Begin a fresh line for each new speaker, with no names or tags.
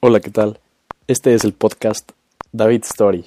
Hola, ¿qué tal? Este es el podcast David Story.